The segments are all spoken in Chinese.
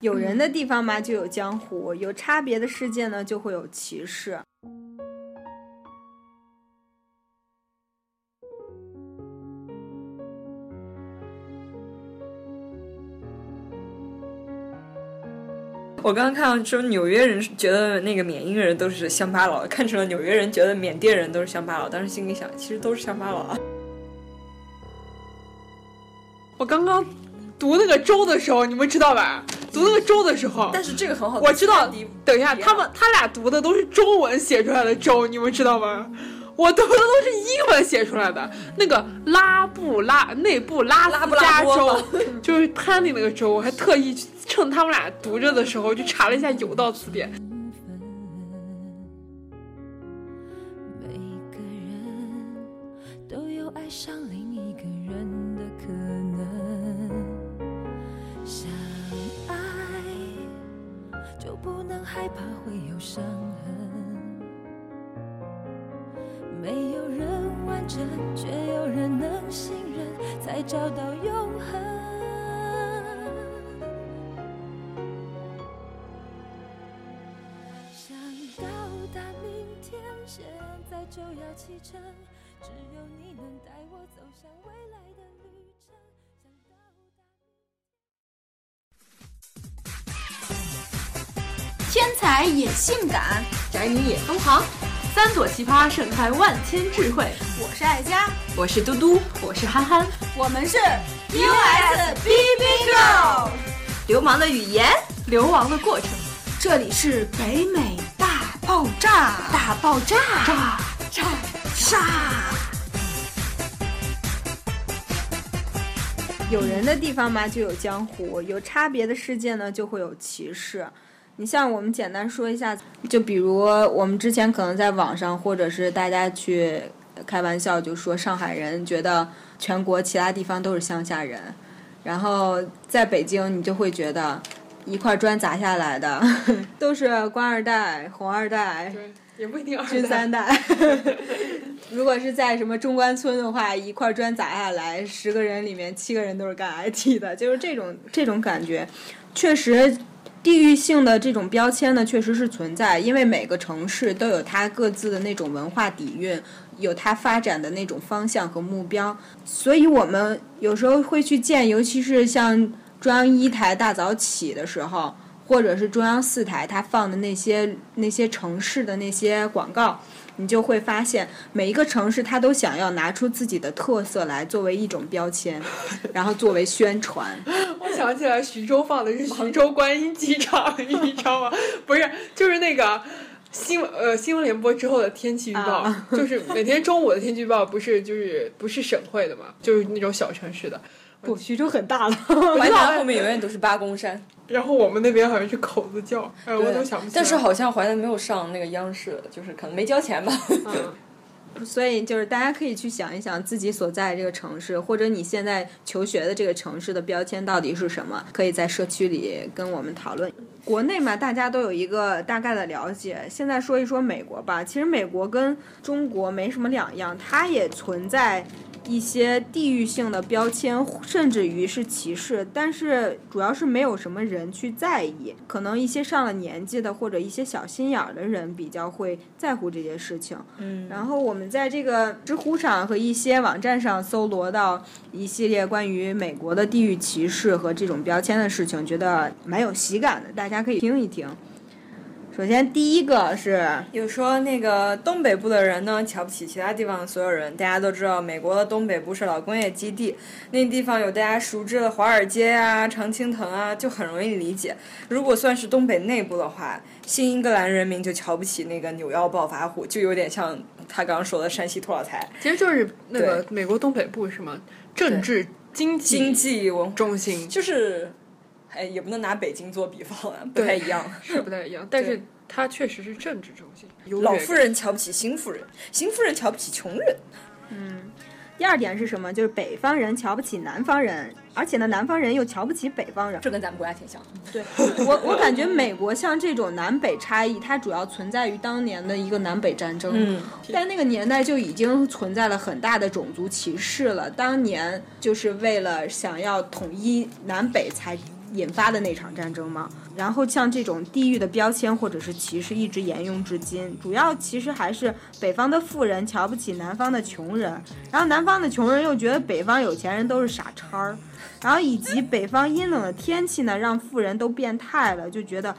有人的地方嘛，就有江湖；有差别的世界呢，就会有歧视。我刚刚看到说纽约人觉得那个缅因人都是乡巴佬，看成了纽约人觉得缅甸人都是乡巴佬，当时心里想，其实都是乡巴佬啊。 我刚刚读那个州的时候，你们知道吧？读那个州的时候，但是这个很好，我知道迪。等一下，一样他们他俩读的都是中文写出来的州，你们知道吗？我读的都是英文写出来的。那个拉布拉内布拉拉斯布拉加多州吗，就是潘的那个州，我还特意去趁他们俩读着的时候去查了一下有道词典。分，每个人都有爱上另一个人的可能。相爱就不能害怕会有伤痕。没有人完整，却有人能信任，才找到永恒。想到达明天，现在就要启程，只有你能带我走向未来的旅程。想到达。天才也性感。宅女也疯狂，三朵奇葩盛开万千智慧。我是爱佳，我是嘟嘟，我是憨憨，我们是 US BB Girl，流氓的语言，流亡的过程。这里是北美大爆炸，大爆炸，炸炸炸！有人的地方嘛，就有江湖；有差别的世界呢，就会有歧视。你像我们简单说一下，就比如我们之前可能在网上，或者是大家去开玩笑，就说上海人觉得全国其他地方都是乡下人，然后在北京你就会觉得一块砖砸下来的 都是官二代、红二代、对，也不一定 二 军三代。如果是在什么中关村的话，一块砖砸下来，十个人里面七个人都是干 IT 的，就是这种这种感觉。确实，地域性的这种标签呢，确实是存在，因为每个城市都有它各自的那种文化底蕴，有它发展的那种方向和目标，所以我们有时候会去见，尤其是像中央一台大早起的时候，或者是中央四台它放的那些那些城市的那些广告，你就会发现每一个城市它都想要拿出自己的特色来作为一种标签，然后作为宣传。我想起来，徐州放的是徐州观音机场， 你知道吗？不是，就是那个新闻呃新闻联播之后的天气预报，啊 就是每天中午的天气预报，不是就是不是省会的嘛，就是那种小城市的。不，徐州很大了。淮南后面永远都是八公山，然后我们那边好像是口子窖，哎，我都想不起来。但是好像淮南没有上那个央视，就是可能没交钱吧。所以就是大家可以去想一想自己所在这个城市，或者你现在求学的这个城市的标签到底是什么，可以在社区里跟我们讨论。国内嘛，大家都有一个大概的了解。现在说一说美国吧，其实美国跟中国没什么两样，它也存在一些地域性的标签，甚至于是歧视，但是主要是没有什么人去在意。可能一些上了年纪的或者一些小心眼儿的人比较会在乎这些事情。 嗯，然后我们在这个知乎上和一些网站上搜罗到一系列关于美国的地域歧视和这种标签的事情，觉得蛮有喜感的，大家可以听一听。首先，第一个是有说那个东北部的人呢，瞧不起其他地方的所有人。大家都知道，美国的东北部是老工业基地，那地方有大家熟知的华尔街啊、常青藤啊，就很容易理解。如果算是东北内部的话，新英格兰人民就瞧不起那个纽奥暴发户，就有点像他刚刚说的山西土老财，其实就是那个美国东北部是吗？政治经济经济文化中心就是，哎，也不能拿北京做比方啊，不太一 样。是不太一样，但是它确实是政治中心。优越老感富人瞧不起新富人，新富人瞧不起穷人。第二点是什么？就是北方人瞧不起南方人，而且呢，南方人又瞧不起北方人。这跟咱们国家挺像。对我，我感觉美国像这种南北差异，它主要存在于当年的一个南北战争。嗯，在那个年代就已经存在了很大的种族歧视了。当年就是为了想要统一南北才引发的那场战争嘛。然后像这种地域的标签或者是歧视一直沿用至今，主要其实还是北方的富人瞧不起南方的穷人，然后南方的穷人又觉得北方有钱人都是傻叉儿，然后以及北方阴冷的天气呢，让富人都变态了，就觉得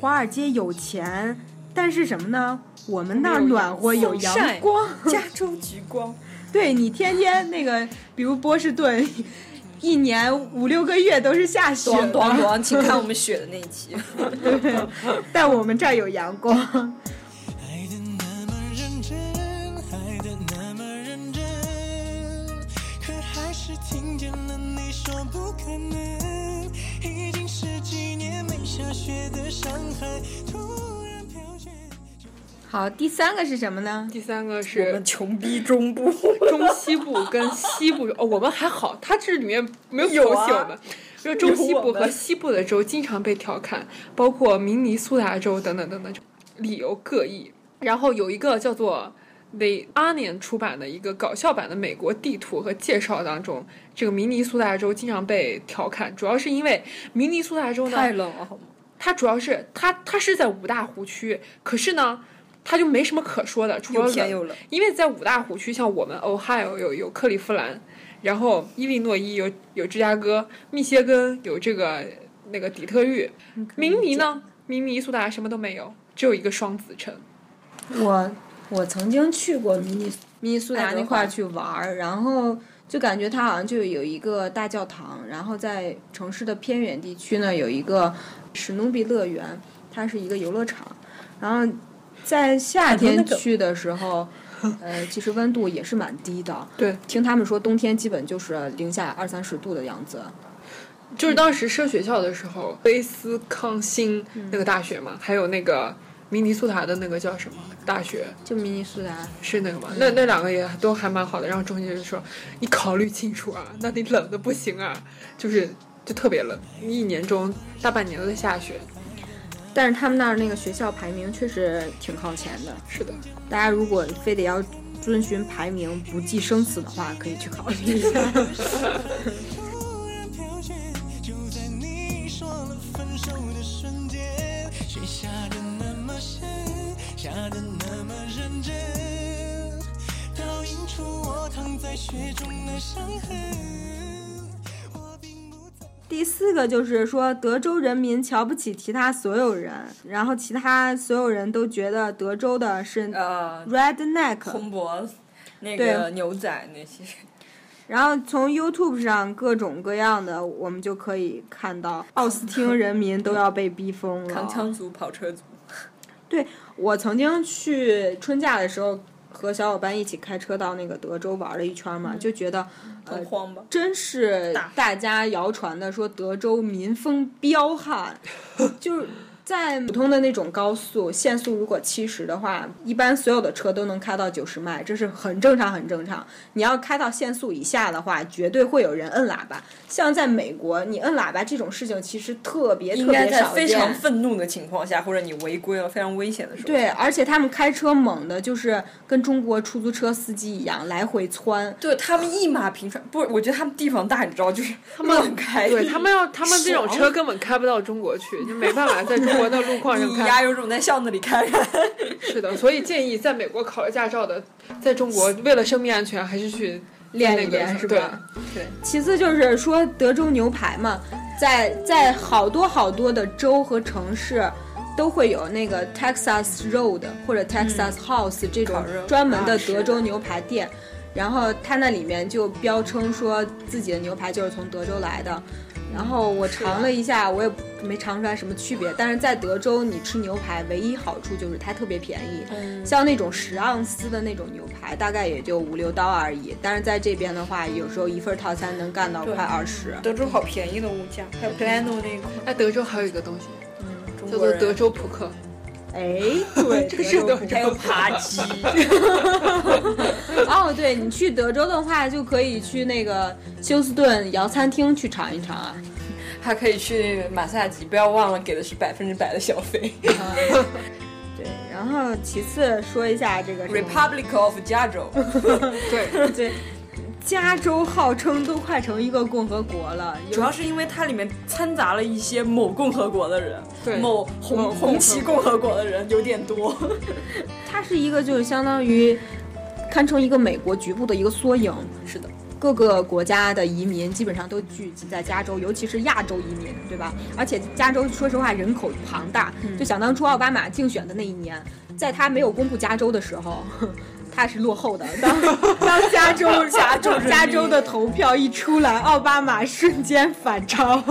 华尔街有钱，但是什么呢？我们那儿暖和有阳风扇光，加州极光， 对你天天那个，比如波士顿， 一年五六个月都是下雪 咣咣的，咣！请看我们雪的那一期。但我们这儿有阳光。 爱的那么认真，爱的那么认真，可还是听见了你说不可能。已经十几年没下雪的上海，突然飘雪。好，第三个是什么呢？第三 个我们是穷逼中部，中西部跟西部，哦，我们还好，它这里面没有有调啊戏我们。因为中西有我部们和西部的州经常被调侃，包括明尼苏达州等等等等，理由各异。然后有一个叫做《The Onion》出版的一个搞笑版的美国地图和介绍当中，这个明尼苏达州经常被调侃，主要是因为明尼苏达州 呢太冷了好吗？它主要是它它是在五大湖区，可是呢，它就没什么可说的，除了又甜冷又冷。因为在五大湖区，像我们 Ohio 有有克利夫兰，然后伊利诺伊有有芝加哥，密歇根有这个那个底特律，明尼呢，明尼苏达什么都没有，只有一个双子城。我我曾经去过明尼明尼苏达那块儿去玩儿，然后就感觉它好像就有一个大教堂，然后在城市的偏远地区呢有一个史努比乐园，它是一个游乐场，然后在夏天去的时候。呃，其实温度也是蛮低的，对，听他们说冬天基本就是零下二三十度的样子。就是当时升学校的时候，威斯康星那个大学嘛，还有那个明尼苏达的那个叫什么大学，就明尼苏达，是那个吗？那那两个也都还蛮好的。然后中介就说：“你考虑清楚啊，那你冷的不行啊，就是就特别冷，一年中大半年都在下雪。但是他们那儿那个学校排名确实挺靠前的。”是的，大家如果非得要遵循排名不计生死 的话，可以去考虑一下。突然飘雪，就在你说了分手的瞬间，雪下的那么深，下的那么认真，倒映出我躺在雪中的伤痕。我并不在。第四个就是说，德州人民瞧不起其他所有人，然后其他所有人都觉得德州的是呃， redneck。红脖子，那对个牛仔那些，然后从 YouTube 上各种各样的，我们就可以看到奥斯汀人民都要被逼疯扛了。枪族、跑车族，对我曾经去春假的时候，和小伙伴一起开车到那个德州玩了一圈嘛，嗯就觉得很慌吧？真是大大家谣传的说德州民风彪悍， 就是在普通的那种高速，限速如果七十的话，一般所有的车都能开到九十迈，这是很正常很正常。你要开到限速以下的话，绝对会有人摁喇叭。像在美国，你摁喇叭这种事情其实特别应特该别在少非常见。愤怒的情况下，或者你违规了非常危险的时候，对，而且他们开车猛的，就是跟中国出租车司机一样来回窜。对他们一马平川。不是，我觉得他们地方大，你知道，就是他们乱开。对他们要他们这种爽车根本开不到中国去，就没办法在中国的路况上你丫 开。有种在巷子里开，是的，所以建议在美国考了驾照的，在中国为了生命安全，还是去练那一个练是对吧？其次就是说德州牛排嘛，在在好多好多的州和城市。都会有那个 Texas Road 或者 Texas House 这种嗯烤肉专门的啊是的德州牛排店，然后它那里面就标称说自己的牛排就是从德州来的。然后我尝了一下，我也没尝出来什么区别。但是在德州，你吃牛排唯一好处就是它特别便宜，嗯 像那种十盎司的那种牛排，大概也就五六刀而已。但是在这边的话，有时候一份套餐能干到对快二十。德州好便宜的物价，还有 Plano 那一块，哎，德州还有一个东西中叫国做人德，州扑克，哎， 对，这是德德州州还有扒鸡， 哦，对你去德州的话，就可以去那个休斯顿摇餐厅去尝一尝啊。还可以去马萨吉，不要忘了给的是百分之百的小 费。对，然后其次说一下这个什么 Republic of 加州，对，对，加州号称都快成一个共和国了，有 主要是因为它里面掺杂了一些某共和国的人，对某红某红旗共和国的人有点多。它是一个就是相当于堪称一个美国局部的一个缩影。是的，各个国家的移民基本上都聚集在加州，尤其是亚洲移民，对吧？而且加州说实话人口庞大，就想当初奥巴马竞选的那一年，在他没有公布加州的时候。 他是落 后的。当当加州加州加州的投票一出来，奥巴马瞬间反超。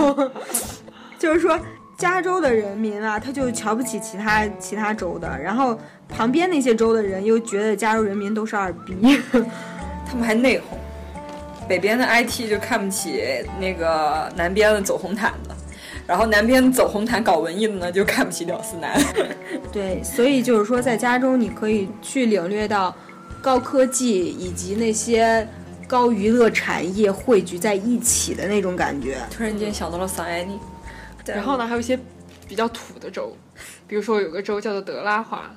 就是说，加州的人民啊，他就瞧不起其他其他州的，然后旁边那些州的人又觉得加州人民都是二逼。 他们还内讧，北边的 IT 就看不起那个南边的走红毯的，然后南边走红毯搞文艺的呢就看不起屌丝男。对，所以就是说，在加州你可以去领略到高科技以及那些高娱乐产业汇聚在一起的那种感觉。 突然间想到了桑艾妮，然后呢，还有一些比较土的州，比如说有个州叫做德拉华，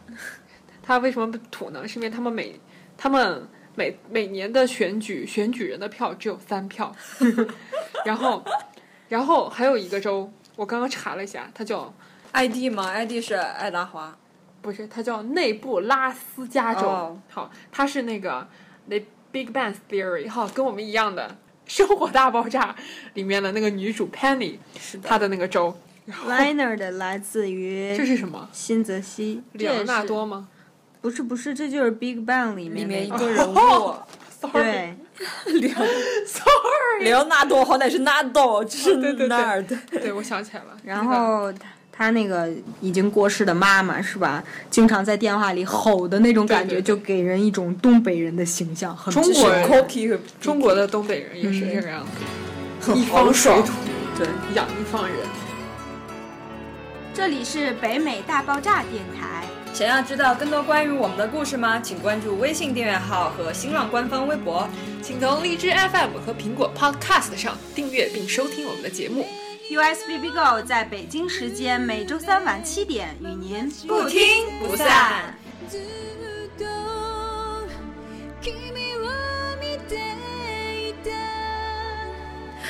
它为什么不土呢？是因为他们每他们每每年的选举选举人的票只有三票， 然后然后还有一个州，我刚刚查了一下，它叫，ID 吗？ID 是爱达华。不是，它叫内布拉斯加州。哦好，它是那个《The Big Bang Theory》好，跟我们一样的《生活大爆炸》里面的那个女主 Penny，是她的那个州， Liner 来自这于是什么？新泽西，里这昂纳是多吗不是不是，这就是 Big Bang 里里面面一那个人物， ？Sorry，对，里奥纳多好歹是纳豆，这是对对对那儿 的。对我想起来了。然后他他那个已经过世的妈妈是吧？经常在电话里吼的那种感觉，对对对就给人一种东北人的形象，很中国人 Cookie 和中国的东北人也是这个样子，一豪嗯方水爽土对养一方人。这里是北美大爆炸电台。想要知道更多关于我们的故事吗？请关注微信订阅号和新浪官方微博。请从荔枝 FM 和苹果 Podcast 上订阅并收听我们的节目。 USBB Go 在北京时间每周三晚七点与您不听不散。ずっと君を見ていた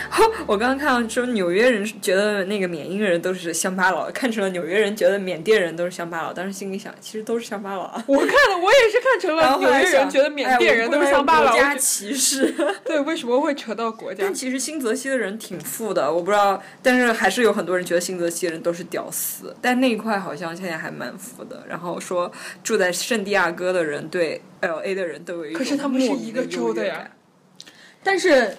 我刚刚看到说纽约人觉得那个缅因人都是乡巴佬，看成了纽约人觉得缅甸人都是乡巴佬，当时心里想，其实都是乡巴佬啊。我看了，我也是看成然了后 纽后来约人想觉得缅甸人都是 哎我们乡不能巴有佬，国家我觉歧视。对，为什么会扯到国家但？其实新泽西的人挺富的，我不知道，但是还是有很多人觉得新泽西的人都是屌丝，但那一块好像现在还蛮富的。然后说住在圣地亚哥的人对 L A 的人都有一种可是他们是一个州的的呀。但是，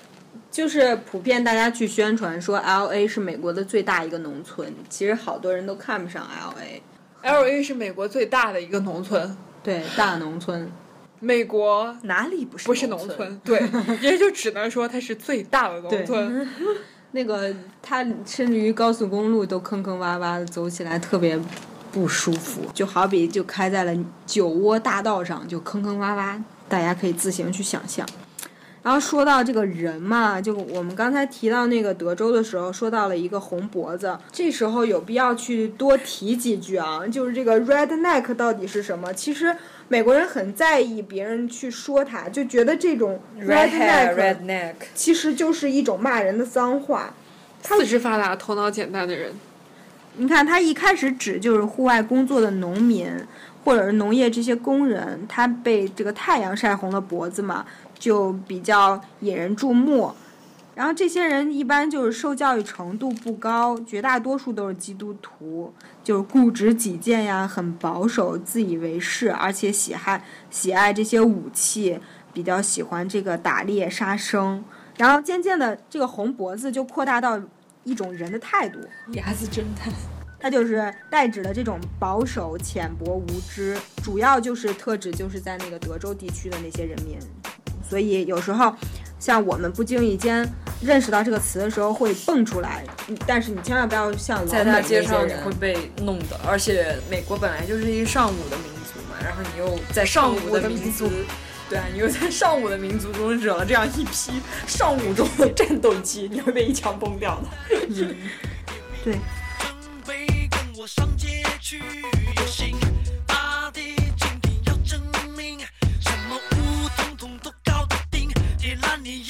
就是普遍大家去宣传说 L A 是美国的最大一个农村，其实好多人都看不上 L A。 L A 是美国最大的一个农村，对，大农村。美国哪里不是不是农村，对，也就只能说它是最大的农嗯村。那个，它甚至于高速公路都坑坑洼洼的，走起来特别不舒服。就好比就开在了酒窝大道上，就坑坑洼洼，大家可以自行去想象。然后说到这个人嘛，就我们刚才提到那个德州的时候，说到了一个红脖子，这时候有必要去多提几句啊，就是这个 redneck 到底是什么？其实美国人很在意别人去说他，就觉得这种 Red hair, redneck redneck。其实就是一种骂人的脏话。四肢发达、头脑简单的人，你看，他一开始指就是户外工作的农民，或者是农业这些工人，他被这个太阳晒红了脖子嘛，就比较引人注目。然后这些人一般就是受教育程度不高，绝大多数都是基督徒，就是固执己见呀，很保守，自以为是，而且喜爱喜爱这些武器，比较喜欢这个打猎杀生。然后渐渐的，这个红脖子就扩大到一种人的态度，牙子侦探，它就是代指的这种保守、浅薄、无知，主要就是特指就是在那个德州地区的那些人民。所以有时候，像我们不经意间认识到这个词的时候，会蹦出来，嗯但是你千万不要像老在美大那街些上你人会被弄的，而且美国本来就是一上午的民族嘛，然后你又在上午的民族，对啊，你又在上午的民族中惹了这样一批上午中的战斗机，你会被一枪崩掉的。对。准备跟我上街去游行。阿弟今天要证明，什么雾通通都搞得定，铁栏你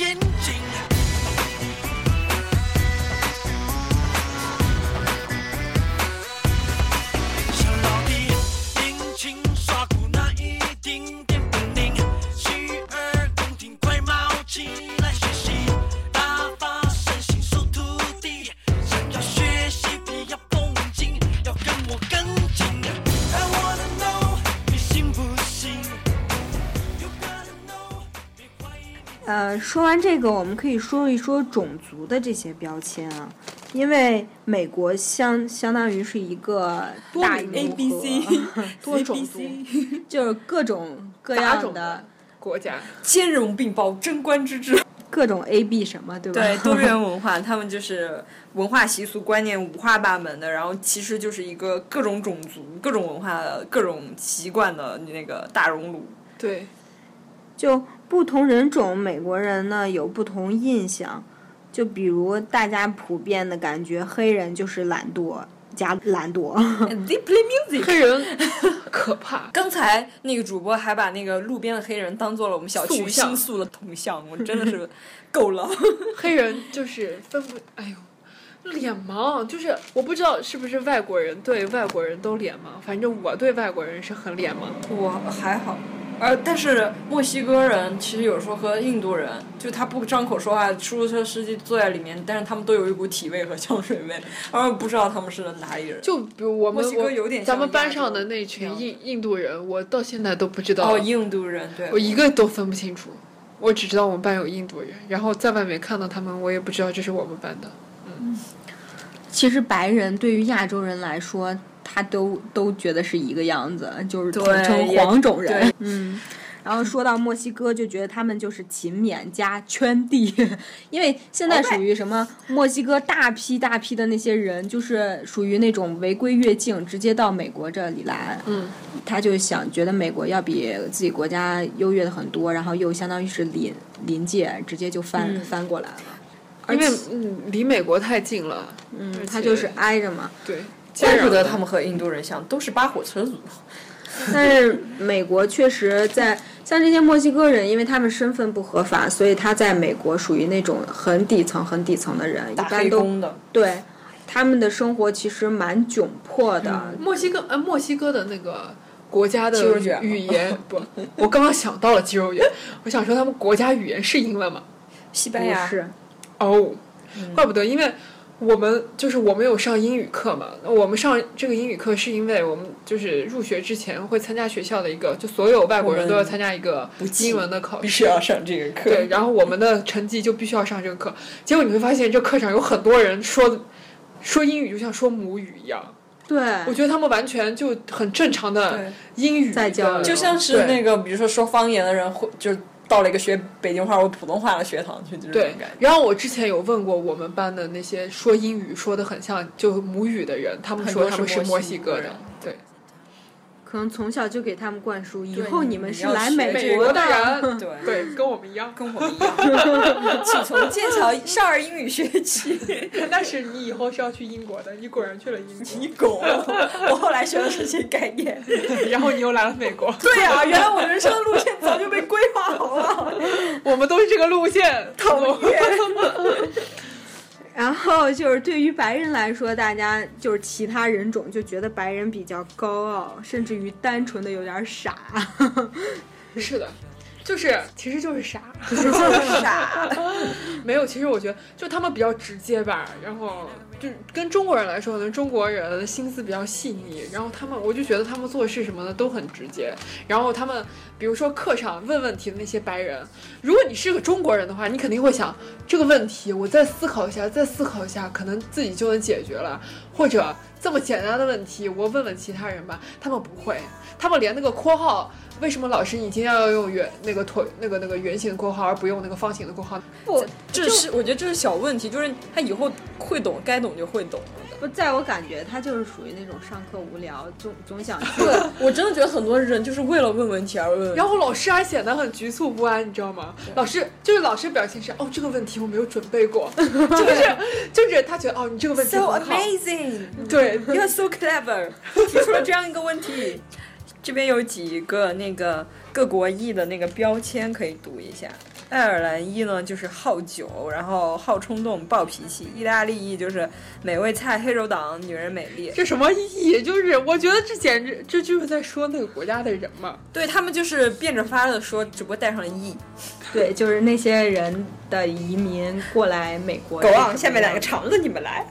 呃，说完这个，我们可以说一说种族的这些标签啊，因为美国相相当于是一个大民 A B C 多种族、 就是各种各杂样种的国家，兼容并包，贞观之治。各种 A B 什么，对吧？ 对多元文化，他们就是文化习俗观念五花八门的，然后其实就是一个各种种族、各种文化、各种习惯的那个大熔 炉。对，就不同人种，美国人呢有不同印象。就比如大家普遍的感觉，黑人就是懒惰加懒惰， And they play music。黑人可怕，刚才那个主播还把那个路边的黑人当做了我们小区塑像新宿的铜像，我真的是够了。黑人就是分不，哎呦。脸盲，就是我不知道是不是外国人对外国人都脸盲，反正我对外国人是很脸盲。我还好，呃，但是墨西哥人其实有时候和印度人，就他不张口说话，出租车司机坐在里面，但是他们都有一股体味和香水味，而不知道他们是哪里人。就比如我们墨西哥我有点像咱们班上的亚洲那群样印印度人，我到现在都不知道，哦，印度人对我，一个都分不清楚。我只知道我们班有印度人，然后在外面看到他们，我也不知道这是我们班的。其实白人对于亚洲人来说，他都都觉得是一个样子，就是统对称也黄种人 对。嗯，然后说到墨西哥，就觉得他们就是勤勉加圈地， 因为现在属于什么墨西哥大批大批的那些人，就是属于那种违规越境，直接到美国这里来。嗯，他就想觉得美国要比自己国家优越的很多，然后又相当于是邻邻界，直接就翻、嗯翻过来了。因为嗯离美国太近了，嗯，他就是挨着嘛。对，怪不不得他们和印度人像，都是扒火车族。 但是美国确实在像这些墨西哥人，因为他们身份不合法，所以他在美国属于那种很底层、很底层的人，一打般黑都工的，对他们的生活其实蛮窘迫的。嗯墨西哥呃墨西哥的那个国家鸡肉的卷吗语言不，我刚刚想到了肌肉卷， 我想说他们国家语言是英文吗？西不班牙是，哦，嗯怪不得，因为我们就是我们有上英语课嘛。我们上这个英语课是因为我们就是入学之前会参加学校的一个，就所有外国人都要参加一个不记英文的考必须试。要上这个课。对，然后我们的成绩就必须要上这个课。结果你会发现，这课上有很多人说说英语就像说母语一样。我对，觉得他们完全就很正常的对英语在交的流就像是对那个，比如说说方言的人，会就是到了一个学北京话或普通话的学堂去，就是这对种感觉，。然后我之前有问过我们班的那些说英语说的很像就母语的人，他们很说多他们是是墨墨西西哥哥人的，对。可能从小就给他们灌输，以对后你们你是要来学美美国国的的。 人，对对，跟我们一样。跟我们一样，请从剑桥少儿英语学起。 但是你以后是要去英国的，你果然去了英 你狗！我后来学的是这些概 念。国，然后你又来了美国，对呀、原来我人生的路线早就被规划好了。我们都是这个路线。讨厌，然后就是对于白人来说，大家就是其他人种就觉得白人比较高傲，甚至于单纯的有点 傻。 是的，就是，其实就是傻。就是 傻，没有，其实我觉得就他们比较直接吧，然后就跟中国人来说，可能中国人心思比较细腻，然后他们我就觉得他们做事什么的都很直接，然后他们比如说课上问问题的那些白人，如果你是个中国人的话，你肯定会想这个问题我再思考一下，再思考一下，可能自己就能解决了，或者这么简单的问题我问问其他人吧，他们不会，他们连那个括号。为什么老师你今天要用圆那个椭那个那个圆形的括号，而不用那个方形的括号？不， 这是我觉得这是小问题，就是他以后会懂，该懂就会懂了不，在我感觉他就是属于那种上课无聊，总总想去 的。我真的觉得很多人就是为了问问题而问问题然。后老师还显得很局促不安，你知道吗？老师就是老师表现是哦，这个问题我没有准备过， 就是就是他觉得哦，你这个问题 So 很好， amazing！对 You are so clever，提出了这样一个问题。这边有几个那个各国裔的那个标签可以读一下。爱尔兰裔呢就是好酒，然后好冲动、暴脾气；意大利裔就是美味菜、黑手党、女人美丽。这什么意义？就是我觉得这简直这就是在说那个国家的人嘛。对他们就是变着法儿的说，只不过带上了 e。对，就是那些人的移民过来美国。狗啊，下面两个肠子你们来。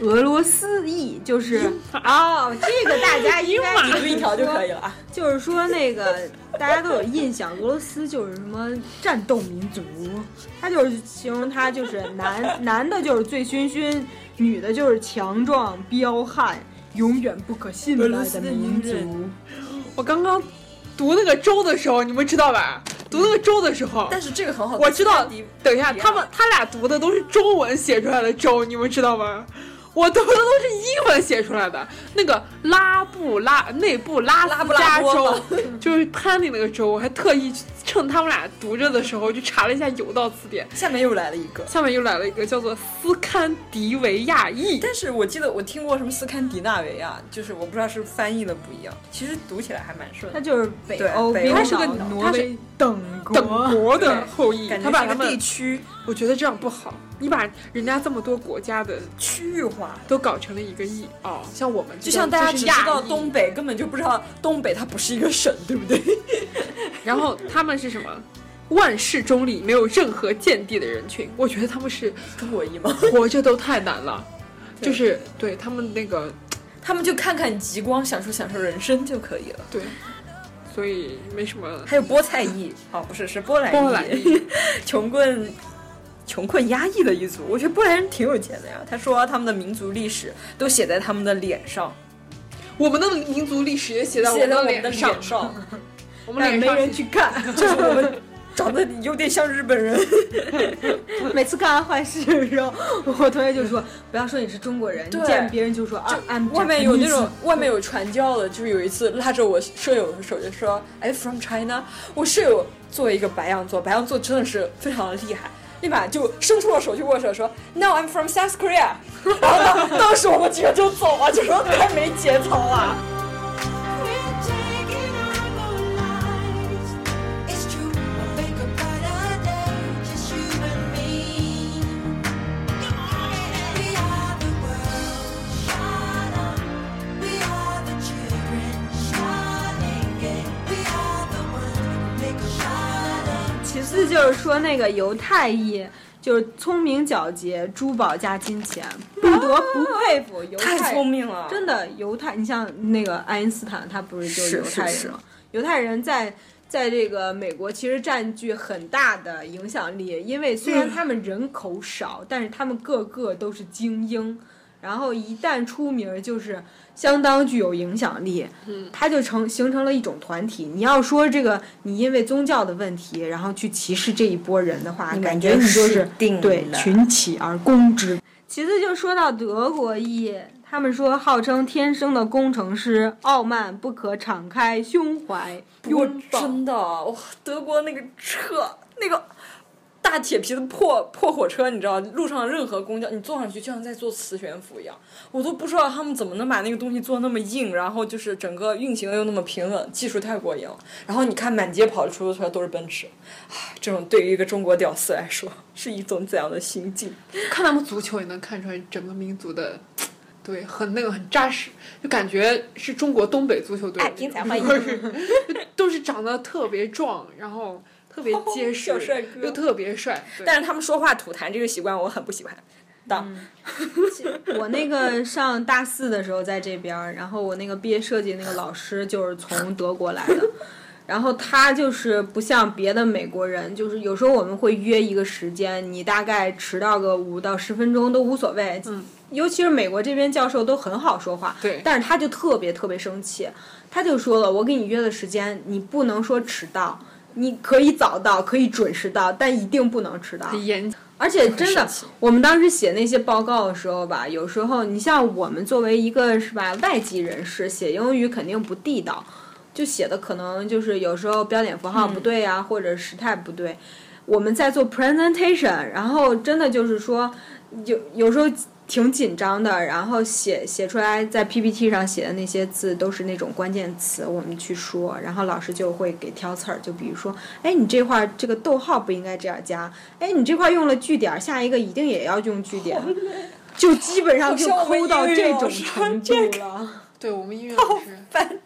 俄罗斯裔，就是哦，这个大 家应该读一条就可以了。啊。就是说那个大家都有印象，俄罗斯就是什么战斗民族，他就是形容他就是男男的就是醉醺醺，女的就是强壮彪悍，永远不可信赖的民俄罗斯的女族。我刚刚读那个州的时候，你们知道吧？读那个州的时候，哦但是这个很好，我知道迪。等一下，迪亚他们他俩读的都是中文写出来的州，你们知道吗？我读的都是英文写出来的。那个拉布拉内布拉拉斯布拉加多州吧， 就是潘尼那个州，我还特意去趁他们俩读着的时候去查了一下有道词典。下面又来了一个，下面又来了一个叫做斯堪迪维亚裔，但是我记得我听过什么斯堪的纳维亚，就是我不知道是翻译的不一样，其实读起来还蛮顺他的。就是北对欧，北欧冰他是个岛的挪威等等国的后裔，感觉他把是他一个地们，区我觉得这样不好，你把人家这么多国家的区域化，都搞成了一个裔哦，像我们这就个像大家是只知亚道裔东北，根本就不知道东北它不是一个省，对不对？然后他们是什么？万世中立，没有任何见地的人群，我觉得他们是中国一吗？活着都太难了，就是对他们那个他们就看看极光，享受享受人生就可以了。对，所以没什么还有菠菜裔，哦，不是，是波兰裔，E 波兰裔穷困。穷困压抑的一族，我觉得波兰人挺有钱的呀。他说他们的民族历史都写在他们的脸上， 我们的民族历史也写在我写们在我的们的脸上脸，上，我们但脸没上人去看， 就是我们长得有点像日本人。每次看完坏事的时候，我同学就说：“不要说你是中国人，你对见别人就说啊，I'm 外面有那种 Japanese 外面有传教的，就是有一次拉着我舍友的手就说：“哎，from China。”我舍友作为一个白羊座，白羊座真的是非常的厉害，立马就伸出了手去握手说：“No, I'm from South Korea。”然 后当当时我们几个就走了，就说太没节操了。其次就是说那个犹太裔，就是聪明皎洁，珠宝加金钱，不得不佩服犹太。太聪明了，真的犹太，你像那个爱因斯坦，他不是就是犹是太人吗？是犹太人在在这个美国其实占据很大的影响力，因为虽然他们人口少，但是他们个个都是精英。然后一旦出名儿，就是相当具有影响力，嗯，它就成形成了一种团体。你要说这个，你因为宗教的问题，然后去歧视这一波人的话，感觉你就是定对群起而攻之。其次就说到德国裔，他们说号称天生的工程师，傲慢不可敞开胸怀，我拥抱真的啊哇，德国那个车那个。大铁皮的破破火车，你知道，路上任何公交，你坐上去就像在坐磁悬浮一样，我都不知道他们怎么能把那个东西做那么硬，然后就是整个运行又那么平稳，技术太过硬了。然后你看满街跑的出租车都是奔驰，唉这种对于一个中国屌丝来说是一种怎样的心境？看他们足球也能看出来整个民族的，对，很那个很扎实，就感觉是中国东北足球哎队， 都是长得特别壮，然后特别结实 小帅，哥又特别帅。对但是他们说话吐痰这个习惯我很不喜欢。当、 我那个上大四的时候在这边儿，然后我那个毕业设计那个老师就是从德国来的，然后他就是不像别的美国人，就是有时候我们会约一个时间，你大概迟到个五到十分钟都无所谓。嗯，尤其是美国这边教授都很好说话，对但是他就特别特别生气，他就说了，我给你约的时间，你不能说迟到。你可以早到，可以准时到，但一定不能迟到。演而且真的神奇，我们当时写那些报告的时候吧，有时候你像我们作为一个是吧外籍人士，写英语肯定不地道，就写的可能就是有时候标点符号不对啊，或者时态不对。我们在做 presentation，然后真的就是说有有时候挺紧张的，然后写写出来在 PPT 上写的那些字都是那种关键词，我们去说，然后老师就会给挑刺儿，就比如说，哎，你这块儿这个逗号不应该这样加，哎，你这块儿用了句点儿，下一个一定也要用句点儿，就基本上就抠到这种程度了。 对我们音乐老师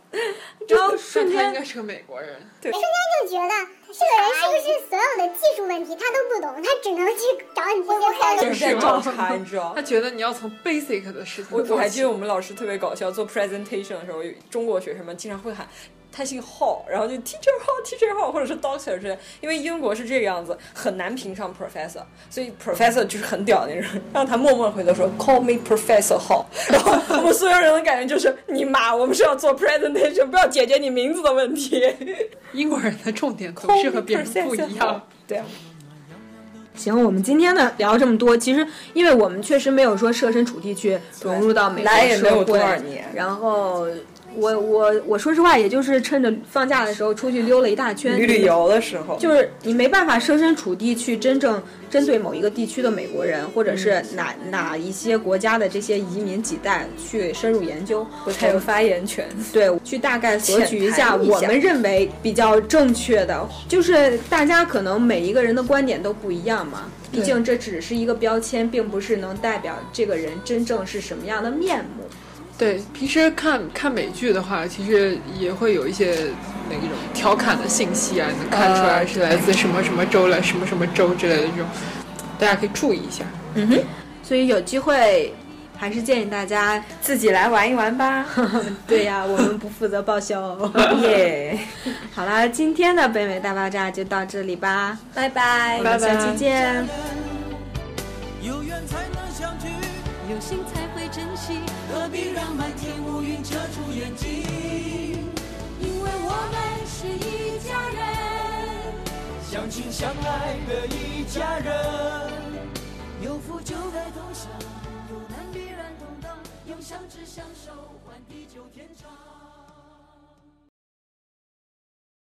然后瞬间应该是个美国人，就觉得这个人是不是所有的技术问题他都不懂，他只能去找你这些开就的是 在找茬，你知道他？觉得你要从 basic 的事情我我还做记起得。我们老师特别搞笑，做 presentation 的时候，有中国学生们经常会喊。他姓浩，然后就 teacher 浩 teacher 浩，或者是 doctor 之类，因为英国是这个样子，很难评上 professor，所以 professor 就是很屌那种。然后他默默地回头说 call me professor 浩，然后我们所有人的感觉就是你妈，我们是要做 presentation，不要解决你名字的问题。英国人的重点总是和别人不一样。 对啊，行，我们今天呢聊这么多，其实因为我们确实没有说设身处地去融入到美国来也没社有多会少年，然后我我我说实话，也就是趁着放假的时候出去溜了一大圈，旅旅游的时候，就是你没办法设身处地去真正针对某一个地区的美国人，或者嗯是哪、哪一些国家的这些移民几代去深入研究，不太有发言权。对，去大概索取一下浅谈一下我们认为比较正确的，就是大家可能每一个人的观点都不一样嘛，毕竟这只是一个标签，并不是能代表这个人真正是什么样的面目。对，平时看看美剧的话，其实也会有一些那种调侃的信息啊，能看出来是来自什么什么州来什么什么州之类的这种，大家可以注意一下。所以有机会，还是建议大家，自己来玩一玩吧， 对呀，我们不负责报销哦。耶、好啦，今天的北美大爆炸就到这里吧，拜拜我们下期见。有缘才能相聚，有心才会珍惜，何必让满天乌云遮住眼睛？因为我们是一家人。相亲相爱的一家人，有福就该同享，有难必然同当，用相知相守换地球。